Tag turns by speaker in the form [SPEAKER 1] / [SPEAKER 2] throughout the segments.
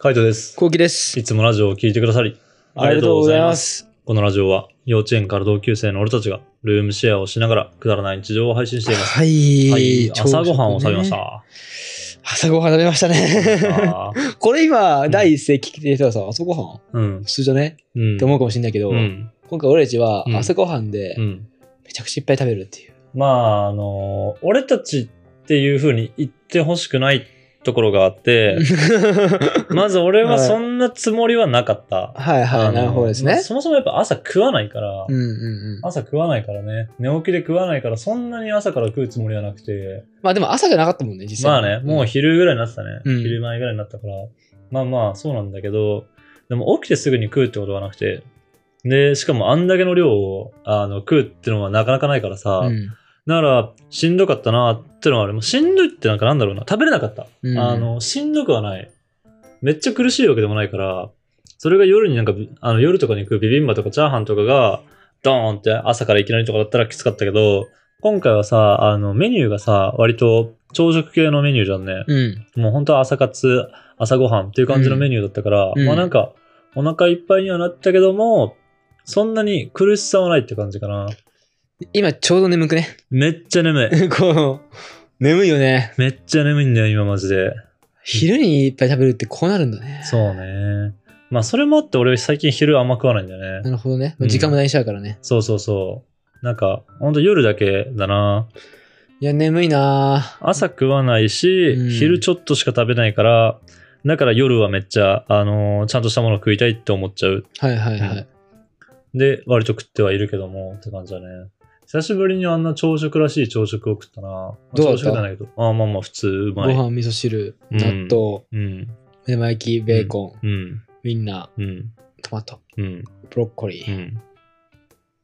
[SPEAKER 1] カイトです。
[SPEAKER 2] こうきです。
[SPEAKER 1] いつもラジオを聞いてくださり、
[SPEAKER 2] ありがとうございま。す。
[SPEAKER 1] このラジオは、幼稚園から同級生の俺たちが、ルームシェアをしながら、くだらない日常を配信しています。
[SPEAKER 2] はい、
[SPEAKER 1] はい、
[SPEAKER 2] 朝
[SPEAKER 1] 朝ごはんを食べまし
[SPEAKER 2] 食ね。
[SPEAKER 1] た。
[SPEAKER 2] 朝ごはん食べました ね。
[SPEAKER 1] あー
[SPEAKER 2] これ今、
[SPEAKER 1] ん
[SPEAKER 2] 第一声聞いてる人はさ、朝ごはん
[SPEAKER 1] うん。
[SPEAKER 2] 普通じゃね
[SPEAKER 1] うん。
[SPEAKER 2] って思うかもしれないけど、
[SPEAKER 1] うん。
[SPEAKER 2] 今回俺たちは
[SPEAKER 1] うん
[SPEAKER 2] 朝ごはんで
[SPEAKER 1] うん。
[SPEAKER 2] めちゃくちゃいっぱい食べるっていう。
[SPEAKER 1] まあ、あのー俺たちっていう風に言ってほしくないところがあ って、まず俺はそんなつもりはなかった。
[SPEAKER 2] はい
[SPEAKER 1] あ
[SPEAKER 2] は
[SPEAKER 1] の
[SPEAKER 2] い、なるほどです
[SPEAKER 1] まあ
[SPEAKER 2] ね。
[SPEAKER 1] そもそもやっぱ朝食わないから、
[SPEAKER 2] うんうんうん。
[SPEAKER 1] 朝食わないからね、寝起きで食わないから、そんなに朝から食うつもりはなくて、
[SPEAKER 2] まあでも朝じゃなかったもんね、実際。
[SPEAKER 1] まあね、もう昼ぐらいになってたね。
[SPEAKER 2] うん
[SPEAKER 1] 昼前ぐらいになったから、まあまあ、そうなんだけど、でも起きてすぐに食うってことはなくて、で、しかもあんだけの量をあの食うってのはなかなかないからさ、
[SPEAKER 2] うん。
[SPEAKER 1] だから、しんどかったなってのはあれ、もうしんどいってなんかなんだろうな、食べれなかった。
[SPEAKER 2] うん
[SPEAKER 1] あの、しんどくはない。めっちゃ苦しいわけでもないから、それが夜になんか、びあの夜とかに食うビビンバとかチャーハンとかが、ドーンって朝からいきなりとかだったらきつかったけど、今回はさ、あの、メニューがさ、割と朝食系のメニューじゃんね。
[SPEAKER 2] うん。
[SPEAKER 1] もう本当は朝活、朝ごはんっていう感じのメニューだったから、
[SPEAKER 2] うん
[SPEAKER 1] まあなんか、お腹いっぱいにはなったけども、そんなに苦しさはないって感じかな。
[SPEAKER 2] 今ちょうど眠くね。
[SPEAKER 1] めっちゃ眠い。
[SPEAKER 2] この、眠いよね。
[SPEAKER 1] めっちゃ眠いんだよ、今マジで。
[SPEAKER 2] 昼にいっぱい食べるってこうなるんだね。
[SPEAKER 1] そうね。まあ、それもあって俺最近昼あんま食わないんだよ
[SPEAKER 2] な
[SPEAKER 1] ね。
[SPEAKER 2] るほどね。
[SPEAKER 1] うん
[SPEAKER 2] 時間もないしちゃうからね。
[SPEAKER 1] そうそうそう。なんか、ほんと夜だけだな。
[SPEAKER 2] いや、眠いなぁ
[SPEAKER 1] 朝食わないし、
[SPEAKER 2] うん
[SPEAKER 1] 昼ちょっとしか食べないから、だから夜はめっちゃ、あのーちゃんとしたもの食いたいって思っちゃう。
[SPEAKER 2] はいはいはい。
[SPEAKER 1] で、割と食ってはいるけども、って感じだね。久しぶりにあんな朝食らしい朝食を食ったな。まあ
[SPEAKER 2] どう
[SPEAKER 1] 朝
[SPEAKER 2] だった
[SPEAKER 1] 食じゃないけど。ああ、まあまあ、普通、う
[SPEAKER 2] ご
[SPEAKER 1] まい。
[SPEAKER 2] 飯、味噌汁、
[SPEAKER 1] うん
[SPEAKER 2] 納豆、
[SPEAKER 1] うん。
[SPEAKER 2] 目玉焼き、ベーコン、
[SPEAKER 1] うん。
[SPEAKER 2] ウインナ
[SPEAKER 1] うん。
[SPEAKER 2] ー、トマト、
[SPEAKER 1] うん。
[SPEAKER 2] ブロッコリ
[SPEAKER 1] う
[SPEAKER 2] ー。
[SPEAKER 1] ん。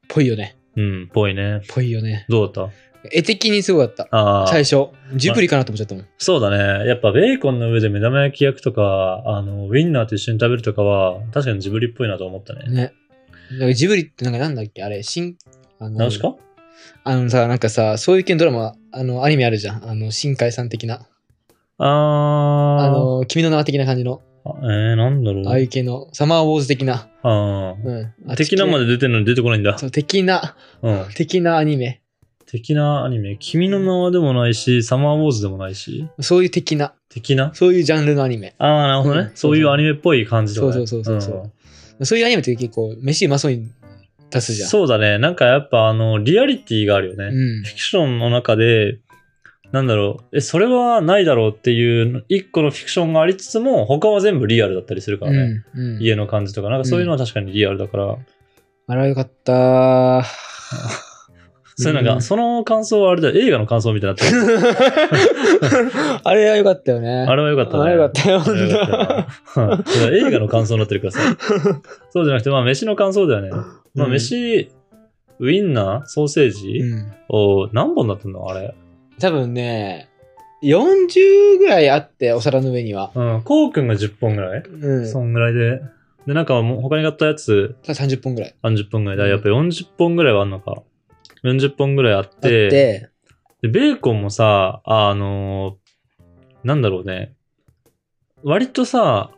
[SPEAKER 2] ぽいよね。
[SPEAKER 1] うん。ぽいね。
[SPEAKER 2] ぽいよね。
[SPEAKER 1] どうだっ
[SPEAKER 2] 絵的にすごかった。
[SPEAKER 1] たああ。
[SPEAKER 2] 最初、ジブリかなと思っちゃったもん。
[SPEAKER 1] そうだね。やっぱベーコンの上で目玉焼き焼くとか、あの、ウィンナーと一緒に食べるとかは、確かにジブリっぽいなと思ったね。
[SPEAKER 2] ね。なんかジブリってなんかなんだっけあれ、新、あの
[SPEAKER 1] ナウシカ
[SPEAKER 2] あのさ、なんかさ、そういう系のドラマ、あの、アニメあるじゃん。あの、新海さん的な。あ
[SPEAKER 1] あ
[SPEAKER 2] の、君の名は的な感じの、
[SPEAKER 1] ーあえー、なんだろう。
[SPEAKER 2] ああいう系の、サマーウォーズ的な。
[SPEAKER 1] あー
[SPEAKER 2] うん。あ
[SPEAKER 1] 敵なまで出てるのに出てこないんだ。
[SPEAKER 2] そう、的な、
[SPEAKER 1] うん。
[SPEAKER 2] 的なアニメ。
[SPEAKER 1] 敵なアニメ。君の名はでもないし、サマーウォーズでもないし。
[SPEAKER 2] そういう的な、
[SPEAKER 1] 敵な
[SPEAKER 2] そういうジャンルのアニメ。
[SPEAKER 1] ああ、なるほどね
[SPEAKER 2] う。ん
[SPEAKER 1] そういうアニメっぽい感じとかね。
[SPEAKER 2] そうそうそうそうそうんそういうアニメって結構、飯うまそうに出すじゃん。
[SPEAKER 1] そうだね。なんかやっぱ、あの、リアリティがあるよね。
[SPEAKER 2] うん
[SPEAKER 1] フィクションの中で、なんだろう、え、それはないだろうっていう、一個のフィクションがありつつも、他は全部リアルだったりするからね。
[SPEAKER 2] うんうん
[SPEAKER 1] 家の感じとか、なんかそういうのは確かにリアルだから、
[SPEAKER 2] あれはよか った。
[SPEAKER 1] それなんか、
[SPEAKER 2] うん
[SPEAKER 1] その感想はあれだ、映画の感想みたいになってる
[SPEAKER 2] あれはよかったよね。
[SPEAKER 1] あれは良かったね。
[SPEAKER 2] あれはよかったよ。
[SPEAKER 1] あれは良か
[SPEAKER 2] 本
[SPEAKER 1] ったなうんそれは映画の感想になってる からさ。そうじゃなくて、まあ、飯の感想だよね。まあ、
[SPEAKER 2] うん
[SPEAKER 1] 飯、ウインナー、ソーセー
[SPEAKER 2] 当う
[SPEAKER 1] ジ
[SPEAKER 2] ん
[SPEAKER 1] を何本だったのあれ。
[SPEAKER 2] 多分ね、40ぐらいあって、お皿の上には。
[SPEAKER 1] うん、こうくんが10本ぐらい
[SPEAKER 2] うん。
[SPEAKER 1] そんぐらいで。で、なんかもう他に買ったやつ
[SPEAKER 2] ただ30本ぐらい
[SPEAKER 1] 30本ぐらいだ。やっぱ40本ぐらいはあんのか。40本ぐらいあっ。
[SPEAKER 2] あってて、
[SPEAKER 1] で、ベーコンもさ、あのーなんだろうね。割とさ、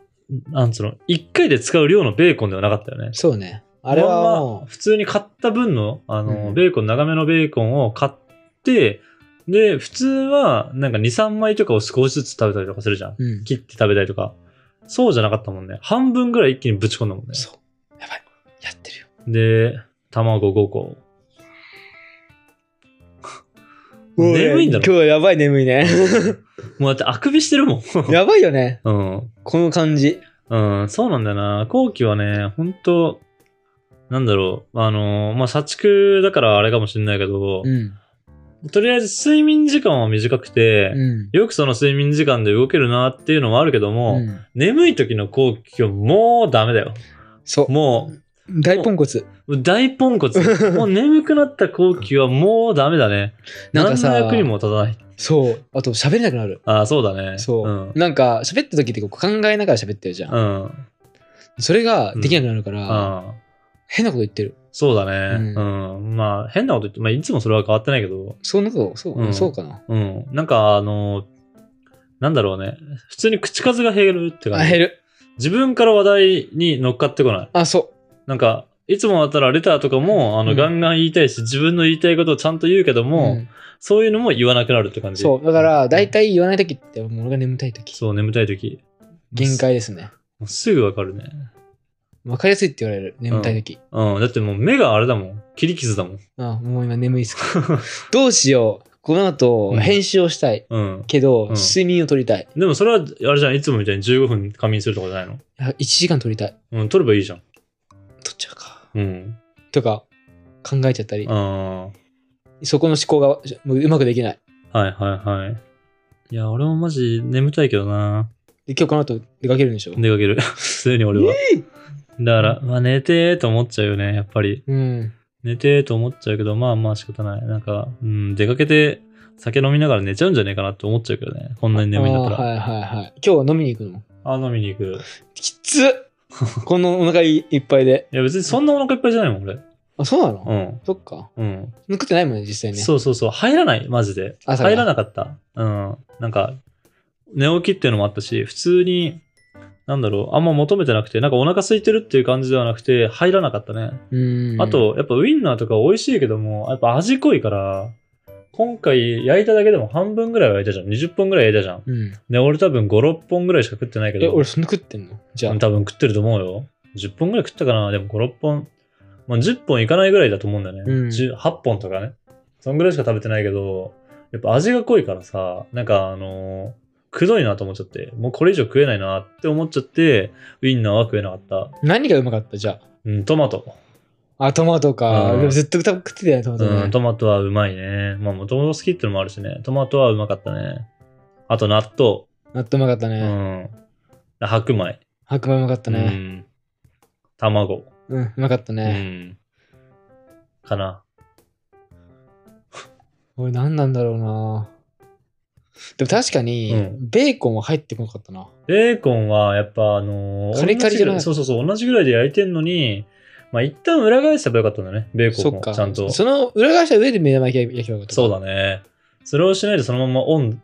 [SPEAKER 1] なんつうの、1回で使う量のベーコンではなかったよね。
[SPEAKER 2] そうね。あれは
[SPEAKER 1] まんま
[SPEAKER 2] も
[SPEAKER 1] 普通に買った分の、あのー
[SPEAKER 2] うん
[SPEAKER 1] ベーコン、長めのベーコンを買って、で、普通は、なんか2、3枚とかを少しずつ食べたりとかするじゃん。
[SPEAKER 2] う、うん。
[SPEAKER 1] 切って食べたりとか。そうじゃなかったもんね。半分ぐらい一気にぶち込んだもんね。
[SPEAKER 2] そう。やばい。やってるよ。
[SPEAKER 1] で、卵5個。 眠いんだろ
[SPEAKER 2] 今日はやばい眠いね。
[SPEAKER 1] もうだってあくびしてるもん。
[SPEAKER 2] やばいよね。
[SPEAKER 1] うん。
[SPEAKER 2] この感じ。
[SPEAKER 1] うん、そうなんだよな。後期はね、ほんと、なんだろう。あのー、まあ、社畜だからあれかもしれないけど、
[SPEAKER 2] うん。
[SPEAKER 1] とりあえず睡眠時間は短くて、
[SPEAKER 2] うん。
[SPEAKER 1] よくその睡眠時間で動けるなっていうのはあるけども、
[SPEAKER 2] うん
[SPEAKER 1] 眠い時の後期はもうダメだよ。
[SPEAKER 2] そう。
[SPEAKER 1] も
[SPEAKER 2] 大ポンコツ。
[SPEAKER 1] 大ポンコツ。 もう眠くなった後期はもうダメだね。
[SPEAKER 2] なん
[SPEAKER 1] 何
[SPEAKER 2] かさ
[SPEAKER 1] の役にも立たない。
[SPEAKER 2] そう。あと、喋れなくなる。
[SPEAKER 1] ああ、そうだね。
[SPEAKER 2] そう。
[SPEAKER 1] ん。
[SPEAKER 2] なんか、喋った時ってこう考えながら喋ってるじゃん。
[SPEAKER 1] うん。
[SPEAKER 2] それができなくなるから、
[SPEAKER 1] ああ
[SPEAKER 2] 変なこと言ってる。
[SPEAKER 1] そうだね。う。
[SPEAKER 2] うん
[SPEAKER 1] まあ、変なこと言って、まあ、いつもそれは変わってないけど、
[SPEAKER 2] そんなこと、そう、
[SPEAKER 1] うん
[SPEAKER 2] そうかな。
[SPEAKER 1] うん。なんか、あの、なんだろうね。普通に口数が減るって感
[SPEAKER 2] あ、
[SPEAKER 1] じ。
[SPEAKER 2] 減る。
[SPEAKER 1] 自分から話題に乗っかってこない。
[SPEAKER 2] あ、そ
[SPEAKER 1] なんか、いつもだったらレターとかも、あの、
[SPEAKER 2] うん
[SPEAKER 1] ガンガン言いたいし、自分の言いたいことをちゃんと言うけど
[SPEAKER 2] う。
[SPEAKER 1] も、
[SPEAKER 2] うん
[SPEAKER 1] そういうのも言わなくなるって感じ。
[SPEAKER 2] そう。だから、大体言わないときって、もう俺が眠たいとき。
[SPEAKER 1] そう、眠たい時。
[SPEAKER 2] 限界ですね。
[SPEAKER 1] もうすぐわかるね。
[SPEAKER 2] わかりやすいって言われる。眠たいとき。
[SPEAKER 1] うん、だってもう目があれだもん。切り傷だもん。
[SPEAKER 2] あ、もう今眠いっ すか。どうしよう。この後、
[SPEAKER 1] うん
[SPEAKER 2] 編集をしたい。
[SPEAKER 1] うん。
[SPEAKER 2] けど、
[SPEAKER 1] うん
[SPEAKER 2] 睡眠を取りたい。
[SPEAKER 1] でもそれは、あれじゃん、いつもみたいに15分仮眠するとかじゃないの
[SPEAKER 2] 1時間取りたい。
[SPEAKER 1] うん、取ればいいじゃん。
[SPEAKER 2] 取っちゃうか。
[SPEAKER 1] うん。
[SPEAKER 2] とか、考えちゃったり。
[SPEAKER 1] あ
[SPEAKER 2] そこの思考がもううまくできない。
[SPEAKER 1] あ、はいはいはい。いや、俺もマジ眠たいけどな。
[SPEAKER 2] で、今日この後出かけるんでしょ。
[SPEAKER 1] 出かける。 普通に俺は。だから、まあ寝てーと思っちゃうよね、やっぱり。
[SPEAKER 2] うん。
[SPEAKER 1] 寝てーと思っちゃうけど、まあまあ仕方ない。なんか、うん、出かけて酒飲みながら寝ちゃうんじゃねえかなって思っちゃうけどね。こんなに眠いんだったら。
[SPEAKER 2] あーはいはいはい。今日は飲みに行くの
[SPEAKER 1] あ、飲みに行く。
[SPEAKER 2] きつ っこのお腹いいっぱいで。
[SPEAKER 1] いや、別にそんなお腹いっぱいじゃないもん、俺。
[SPEAKER 2] あ、そうなの、
[SPEAKER 1] うん。
[SPEAKER 2] そっか。
[SPEAKER 1] うん。
[SPEAKER 2] 食ってないもんね、実際ね。
[SPEAKER 1] そうそうそう。入らない、マジで。
[SPEAKER 2] 朝が
[SPEAKER 1] 入らなかった。うん。なんか、寝起きっていうのもあったし、普通に、なんだろう、あんま求めてなくて、なんかお腹空いてるっていう感じではなくて、入らなかったね。
[SPEAKER 2] うーん。
[SPEAKER 1] あ、と、やっぱウインナーとか美味しいけども、やっぱ味濃いから、今回焼いただけでも半分ぐらいは焼いたじゃん。20本ぐらい焼いたじゃん。
[SPEAKER 2] うん。
[SPEAKER 1] で、俺多分5、6本ぐらいしか食ってないけど。
[SPEAKER 2] え、俺そんな食ってんのじゃあ。
[SPEAKER 1] 多分食ってると思うよ。10本ぐらい食ったかなでも5、6本。まあ、10本いかないぐらいだと思うんだよね。
[SPEAKER 2] うん
[SPEAKER 1] 10 8本とかね。そんぐらいしか食べてないけど、やっぱ味が濃いからさ、なんかあのーくどいなと思っちゃって、もうこれ以上食えないなって思っちゃって、ウインナーは食えなかった。
[SPEAKER 2] 何がうまかったじゃ
[SPEAKER 1] うん、トマト。
[SPEAKER 2] あ。あ、トマトか。
[SPEAKER 1] うん
[SPEAKER 2] でもずっと食ってたよね、トマトね。
[SPEAKER 1] うん、トマトはうまいね。まあ、もともと好きってのもあるしね。トマトはうまかったね。あと、納豆。
[SPEAKER 2] 納豆うまかったね。
[SPEAKER 1] うん。白米。
[SPEAKER 2] 白米うまかった
[SPEAKER 1] う
[SPEAKER 2] ね。
[SPEAKER 1] ん。卵。
[SPEAKER 2] うん、うまかった
[SPEAKER 1] う
[SPEAKER 2] ね。
[SPEAKER 1] ん。かな。
[SPEAKER 2] 俺何なんだろうなでも確かに、
[SPEAKER 1] うん
[SPEAKER 2] ベーコンは入ってこなかったな。
[SPEAKER 1] ベーコンはやっぱあのー
[SPEAKER 2] カリカリじゃない
[SPEAKER 1] 同じぐらそうそうそう、同じぐらいで焼いてんのに、まあ一旦裏返せばよかったんだね、ベーコ
[SPEAKER 2] そ
[SPEAKER 1] ン
[SPEAKER 2] っ
[SPEAKER 1] も
[SPEAKER 2] か。
[SPEAKER 1] ちゃんと。
[SPEAKER 2] その裏返した上で目玉焼き焼けばよかった。
[SPEAKER 1] そうだね。それをしないでそのままオン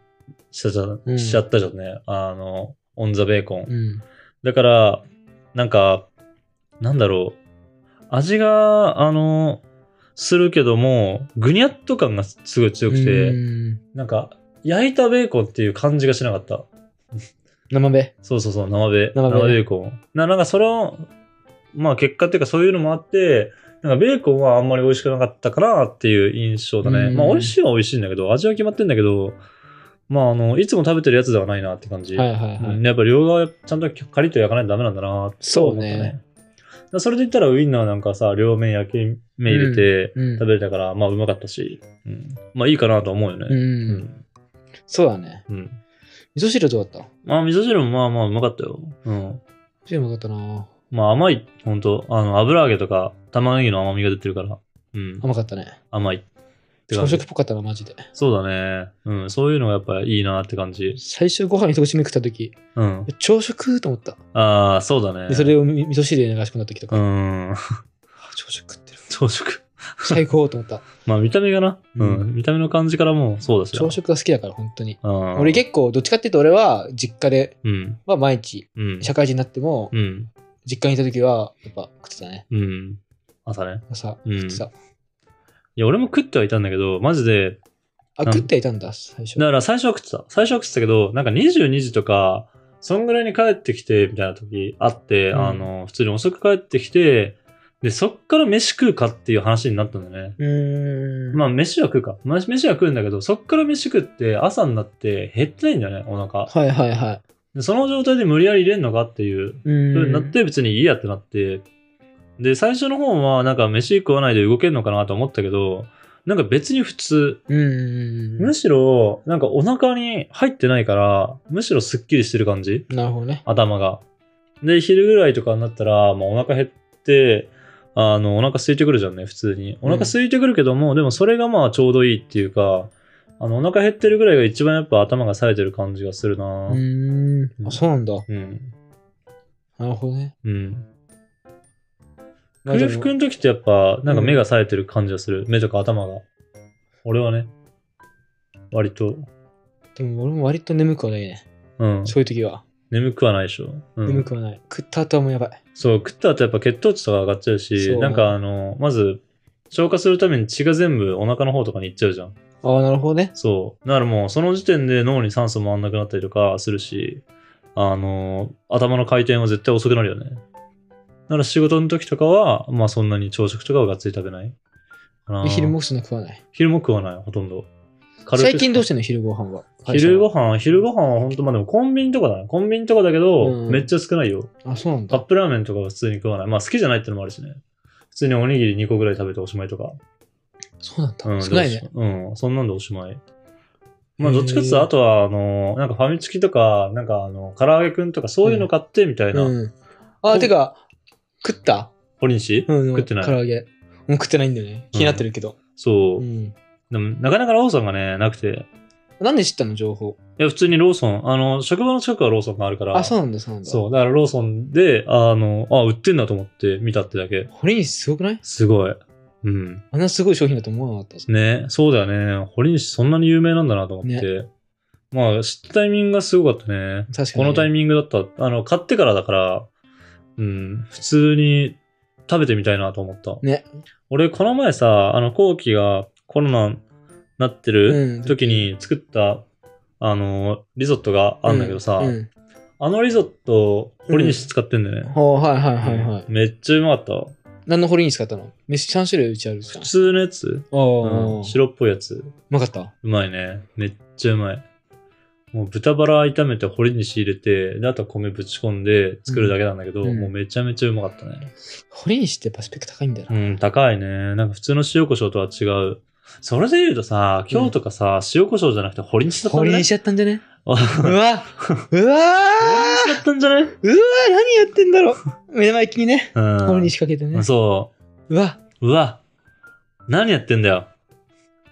[SPEAKER 1] しちゃった,、
[SPEAKER 2] うん
[SPEAKER 1] しちゃったじゃんね。あの、オンザベーコン。
[SPEAKER 2] うん。
[SPEAKER 1] だから、なんか、なんだろう。味が、あの、するけども、ぐにゃっと感がすごい強くて、
[SPEAKER 2] うん
[SPEAKER 1] なんか、焼いたベーコンっていう感じがしなかった。
[SPEAKER 2] 生べ。
[SPEAKER 1] そうそうそう、生ベ、
[SPEAKER 2] 生
[SPEAKER 1] 生
[SPEAKER 2] ベ
[SPEAKER 1] ベーコン。ななんかそれを、まあ結果っていうかそういうのもあって、なんかベーコンはあんまり美味しくなかったかなっていう印象だね。
[SPEAKER 2] うん
[SPEAKER 1] まあ美味しいは美味しいんだけど、味は決まってんだけど、まああの、いつも食べてるやつではないなって感じ。
[SPEAKER 2] はいはいはい。
[SPEAKER 1] うんやっぱ両側ちゃんとカリッと焼かないとダメなんだなって思ったね。
[SPEAKER 2] そうね
[SPEAKER 1] だからそれで言ったらウインナーなんかさ、両面焼き目入れて
[SPEAKER 2] うん
[SPEAKER 1] 食べれたから、まあうまかったし、うんまあいいかなとは思うよ
[SPEAKER 2] う
[SPEAKER 1] ね。
[SPEAKER 2] ん
[SPEAKER 1] うん。
[SPEAKER 2] そうだね。
[SPEAKER 1] うん。
[SPEAKER 2] 味噌汁どうだった味
[SPEAKER 1] まあ味噌汁もまあまあうまかったよ。うん。
[SPEAKER 2] 噌汁うまかったな
[SPEAKER 1] まあ甘い、ほんと。あの、油揚げとか玉ねぎの甘みが出てるから。うん。
[SPEAKER 2] 甘かったね。
[SPEAKER 1] 甘い。って
[SPEAKER 2] 朝
[SPEAKER 1] 感じ
[SPEAKER 2] 食っ。ぽかったな、マジで。
[SPEAKER 1] そうだね。うん。そういうのがやっぱいいなって感じ。
[SPEAKER 2] 最初ご飯一口目食った時、
[SPEAKER 1] うん。
[SPEAKER 2] 朝食と思った。
[SPEAKER 1] ああ、そうだね。
[SPEAKER 2] で、それをみ味噌汁で流し込んだ時と
[SPEAKER 1] う
[SPEAKER 2] か、
[SPEAKER 1] ん。
[SPEAKER 2] 朝食食ってる。
[SPEAKER 1] 朝食。
[SPEAKER 2] 最高と思った。
[SPEAKER 1] まあ見た目がな。うん。
[SPEAKER 2] うん
[SPEAKER 1] 見た目の感じからもう そうだしな。
[SPEAKER 2] 朝食が好きだから、本当に。
[SPEAKER 1] うん。
[SPEAKER 2] 俺結構、どっちかっていうと俺は、実家で
[SPEAKER 1] うん。
[SPEAKER 2] は毎日、
[SPEAKER 1] うん。
[SPEAKER 2] 社会人になっても、
[SPEAKER 1] うん。
[SPEAKER 2] 実家にいた時は、やっぱ食ってたね。
[SPEAKER 1] うん。朝ね。
[SPEAKER 2] 朝、
[SPEAKER 1] うん
[SPEAKER 2] 食ってた。
[SPEAKER 1] いや、俺も食ってはいたんだけど、マジで、
[SPEAKER 2] あ、
[SPEAKER 1] うん
[SPEAKER 2] 食ってはいたんだ、最初。
[SPEAKER 1] だから最初は食ってた。最初は食ってたけど、なんか22時とか、そんぐらいに帰ってきて、みたいな時あって、
[SPEAKER 2] うん
[SPEAKER 1] あの、普通に遅く帰ってきて、で、そっから飯食うかっていう話になったんだよね。
[SPEAKER 2] うーん。
[SPEAKER 1] まあ、飯は食うか。まあ飯は食うんだけど、そっから飯食って、朝になって減ってないんだよね、お腹。
[SPEAKER 2] はいはいはい。
[SPEAKER 1] でその状態で無理やり入れんのかっていう
[SPEAKER 2] うーん
[SPEAKER 1] 風になって、別にいいやってなって。で、最初の方は、なんか飯食わないで動けんのかなと思ったけど、なんか別に普通。
[SPEAKER 2] うんうんうん
[SPEAKER 1] むしろ、なんかお腹に入ってないから、むしろすっきりしてる感じ
[SPEAKER 2] なるほどね。
[SPEAKER 1] 頭が。で、昼ぐらいとかになったら、まあ、お腹減って、あの、お腹空いてくるじゃんね、普通に。お腹空いてくるけども、でもそれがまあちょうどいいっていうか、あの、お腹減ってるぐらいが一番やっぱ頭が冴えてる感じがする
[SPEAKER 2] う
[SPEAKER 1] な
[SPEAKER 2] ーん。あ、そうなんだ。
[SPEAKER 1] うん。
[SPEAKER 2] なるほどね。
[SPEAKER 1] うん。
[SPEAKER 2] まあ
[SPEAKER 1] 空腹の時ってやっぱ、なんか目が冴えてる感じがする。目とか頭が。俺はね、割と。
[SPEAKER 2] でもでも俺も割と眠くはないね。
[SPEAKER 1] うん。
[SPEAKER 2] そういう時は。
[SPEAKER 1] 眠くはないでしょ。うん
[SPEAKER 2] 眠くはない。食った後はもうやばい。
[SPEAKER 1] そう、食った後やっぱ血糖値とか上がっちゃうし
[SPEAKER 2] そ、う
[SPEAKER 1] なんかあの、まず、消化するために血が全部お腹の方とかに行っちゃうじゃん。
[SPEAKER 2] ああ、なるほどね。
[SPEAKER 1] そう。だからもう、その時点で脳に酸素回んなくなったりとかするし、あの、頭の回転は絶対遅くなるよね。だから仕事の時とかは、まあそんなに朝食とかはがっつり食べない。かな
[SPEAKER 2] で昼もそんな食わない。
[SPEAKER 1] 昼も食わない、ほとんど。軽く
[SPEAKER 2] 最近どうしてんの昼ご飯は。
[SPEAKER 1] 昼ご飯、昼ご飯は本当まあでもコンビニとかだね。コンビニとかだけど、
[SPEAKER 2] うん
[SPEAKER 1] めっちゃ少ないよ。
[SPEAKER 2] あ、そうなん
[SPEAKER 1] カ
[SPEAKER 2] だ
[SPEAKER 1] ッ。プラーメンとかは普通に食わない。まあ好きじゃないってのもあるしね。普通におにぎり2個ぐらい食べておしまいとか。
[SPEAKER 2] そうなんだ。
[SPEAKER 1] うん、
[SPEAKER 2] 少ないね。。
[SPEAKER 1] うん、そんなんでおしまい。まあ
[SPEAKER 2] へー
[SPEAKER 1] どっちかっていうと、あとは、あの、なんかファミチキとか、なんかあの、唐揚げくんとかそういうの買ってみたいな。
[SPEAKER 2] うん。あ、てか、食った
[SPEAKER 1] 堀西、
[SPEAKER 2] うん。
[SPEAKER 1] 食ってない
[SPEAKER 2] 唐揚げ。もう食ってないんだよね。気になってるけど。
[SPEAKER 1] そうう。
[SPEAKER 2] ん。
[SPEAKER 1] でも、なかなかローソンがね、なくて。
[SPEAKER 2] なんで知ったの情報。
[SPEAKER 1] いや、普通にローソン、あの、職場の近くはローソンがあるから。
[SPEAKER 2] あ、そうなんだ、そうなんだ。
[SPEAKER 1] そう。だからローソンで、あの、あ、売ってんだと思って見たってだけ。
[SPEAKER 2] 堀西すごくない
[SPEAKER 1] すごい。うん。
[SPEAKER 2] あんなすごい商品だと思わなかった。
[SPEAKER 1] ね、そうだよね。堀西そんなに有名なんだなと思って。まあ、知ったタイミングがすごかったね。
[SPEAKER 2] 確か
[SPEAKER 1] こ
[SPEAKER 2] に。
[SPEAKER 1] のタイミングだった。あの、買ってからだから、うん、普通に食べてみたいなと思った。
[SPEAKER 2] ね。
[SPEAKER 1] 俺、この前さ、あの、後期がコロナになって
[SPEAKER 2] う
[SPEAKER 1] る
[SPEAKER 2] ん
[SPEAKER 1] 時に作った、あの、リゾットがあんだけどさ、
[SPEAKER 2] うんうん
[SPEAKER 1] あのリゾット、堀西使ってんだよね。
[SPEAKER 2] ほうはいはいはいはい。
[SPEAKER 1] めっちゃうまかったわ。
[SPEAKER 2] 何の堀西使ったの飯3種類うちあるじゃ
[SPEAKER 1] 普
[SPEAKER 2] ん。
[SPEAKER 1] 通のやつ、
[SPEAKER 2] ああ。
[SPEAKER 1] 白っぽいやつ。
[SPEAKER 2] うまかった。
[SPEAKER 1] うまいね。めっちゃうまい。もう豚バラ炒めて堀に仕入れて、であと米ぶち込んで作るだけなんだけど、
[SPEAKER 2] うん
[SPEAKER 1] もうめちゃめちゃうまかったね。
[SPEAKER 2] 堀西ってやっぱスペック高いんだよ
[SPEAKER 1] う
[SPEAKER 2] な。
[SPEAKER 1] ん、高いね。なんか普通の塩コショウとは違う。それで言うとさ、今日とかさ、塩コショウじゃなくて堀西だったんじ
[SPEAKER 2] 堀
[SPEAKER 1] ゃない
[SPEAKER 2] 西やったんじゃね
[SPEAKER 1] 堀西
[SPEAKER 2] うわうわー
[SPEAKER 1] だったんじゃないう
[SPEAKER 2] わ何やってんだろう目の前気にね。
[SPEAKER 1] うん。
[SPEAKER 2] 堀西かけてね。
[SPEAKER 1] そう
[SPEAKER 2] わ
[SPEAKER 1] う。うわ。何やってんだよ。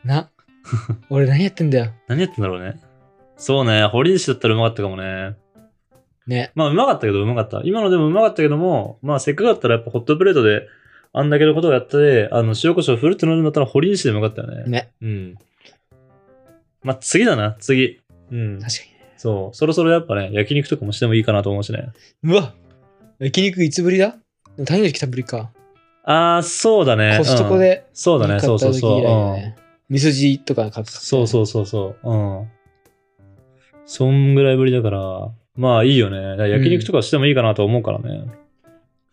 [SPEAKER 2] な。俺何やってんだよ。
[SPEAKER 1] 何やってんだろうね。そうね、堀西だったらうまかったかもね。
[SPEAKER 2] ね。
[SPEAKER 1] まあ、うまかったけど、うまかった。今のでもうまかったけども、まあ、せっかくだったらやっぱホットプレートで、あんだけのことをやって、あの、塩コショウ振るって飲んだったら、堀西でもよかったよね。
[SPEAKER 2] ね。
[SPEAKER 1] うん。まあ、次だな、次。うん。
[SPEAKER 2] 確か
[SPEAKER 1] そう。そろそろやっぱね、焼肉とかもしてもいいかなと思うしね。
[SPEAKER 2] にね。うわ焼肉いつぶりだでも谷口来たぶりか。
[SPEAKER 1] あー、そうだね。
[SPEAKER 2] コストコで
[SPEAKER 1] うんそうだね、
[SPEAKER 2] 買った
[SPEAKER 1] そうそう
[SPEAKER 2] 時
[SPEAKER 1] そう。
[SPEAKER 2] 以来だ
[SPEAKER 1] うん
[SPEAKER 2] ね。味噌汁とか買った。
[SPEAKER 1] そうそうそうそう。うん。そんぐらいぶりだから、まあいいよね。だから焼肉とかしてもいいかなと思うからね。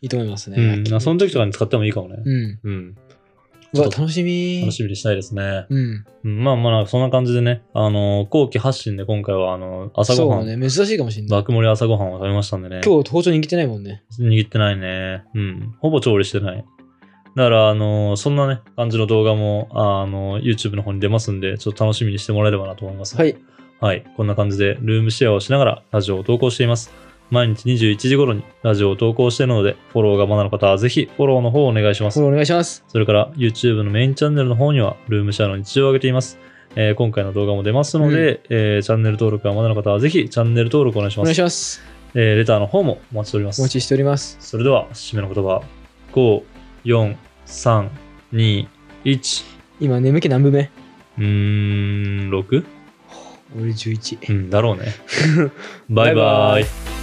[SPEAKER 2] いいと思いますね。
[SPEAKER 1] うん。まあその時とかに使ってもいいかもね。
[SPEAKER 2] うん。
[SPEAKER 1] うん。
[SPEAKER 2] うわ、楽しみ。
[SPEAKER 1] 楽しみにしたいですね。
[SPEAKER 2] うん。
[SPEAKER 1] うんまあまあ、そんな感じでね、あの、後期発信で今回は、あの、朝ごは、
[SPEAKER 2] そうんね、珍しいかもしれない。
[SPEAKER 1] 爆盛り朝ごはんを食べましたんでね。
[SPEAKER 2] 今日包丁握ってないもんね。
[SPEAKER 1] 握ってないね。うん。ほぼ調理してない。だから、あの、そんなね、感じの動画も、あの、YouTube の方に出ますんで、ちょっと楽しみにしてもらえればなと思います。
[SPEAKER 2] はい。
[SPEAKER 1] はい。こんな感じで、ルームシェアをしながらラジオを投稿しています。毎日21時頃にラジオを投稿しているので、フォローがまだの方はぜひフォローの方をお願いしま
[SPEAKER 2] フォ
[SPEAKER 1] す。
[SPEAKER 2] ローお願いします。
[SPEAKER 1] それから、YouTube のメインチャンネルの方には、ルームシェアの日常を上げています。えー今回の動画も出ますので、えーチャンネル登録がまだの方はぜひチャンネル登録お願いし
[SPEAKER 2] お
[SPEAKER 1] ま
[SPEAKER 2] 願い
[SPEAKER 1] す。
[SPEAKER 2] します。
[SPEAKER 1] えーレターの方もお待ちしておりま
[SPEAKER 2] お
[SPEAKER 1] す。
[SPEAKER 2] 待ちしております。
[SPEAKER 1] それでは、締めの言葉。5、4、3、2、1。
[SPEAKER 2] 今、眠気何分目
[SPEAKER 1] うーん、6?
[SPEAKER 2] 俺11。
[SPEAKER 1] うん、だろうね。バイバ
[SPEAKER 2] バイバ
[SPEAKER 1] イ
[SPEAKER 2] イ。